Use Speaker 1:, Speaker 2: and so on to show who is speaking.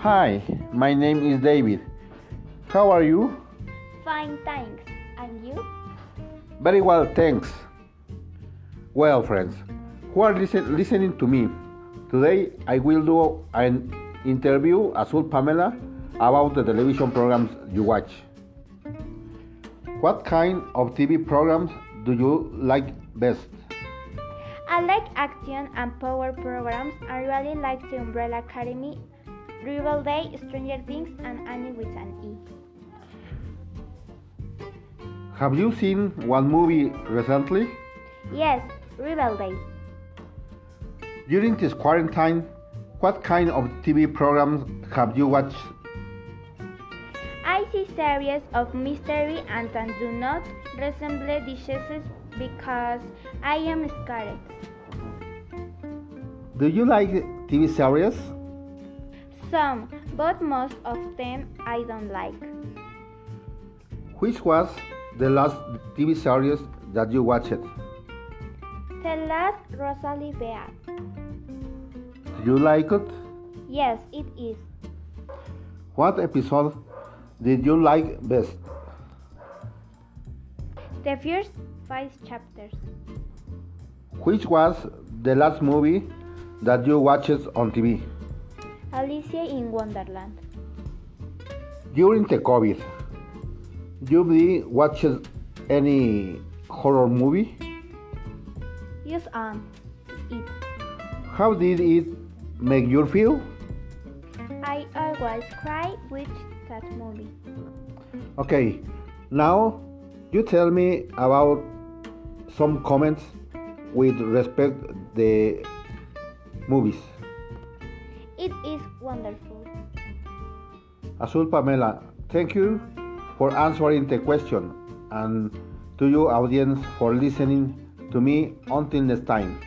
Speaker 1: Hi, my name is David. How are you?
Speaker 2: Fine, thanks. And you?
Speaker 1: Very well, thanks. Well, friends, who are listen- listening to me, today I will do an interview, Azul Pamela, about the television programs you watch. What kind of TV programs do you like best?
Speaker 2: I like action and power programs. I really like The Umbrella Academy, Riverdale, Stranger Things, and Annie with an E.
Speaker 1: Have you seen one movie recently?
Speaker 2: Yes, Riverdale.
Speaker 1: During this quarantine, what kind of TV programs have you watched?
Speaker 2: I see series of mystery and that do not resemble diseases because I am scared.
Speaker 1: Do you like TV series?
Speaker 2: Some, but most of them I don't like.
Speaker 1: Which was the last TV series that you watched?
Speaker 2: The last Rosalie Bea.
Speaker 1: Do you like it?
Speaker 2: Yes, it is.
Speaker 1: What episode did you like best?
Speaker 2: The first five chapters.
Speaker 1: Which was the last movie that you watched on TV?
Speaker 2: Alicia in Wonderland.
Speaker 1: During the COVID, you be watched any horror movie?
Speaker 2: Use on um, it.
Speaker 1: How did it make you feel?
Speaker 2: I always cry with that movie.
Speaker 1: Okay, now you tell me about some comments with respect the movies.
Speaker 2: It is wonderful.
Speaker 1: Azul Pamela, thank you for answering the question and to your audience for listening to me until next time.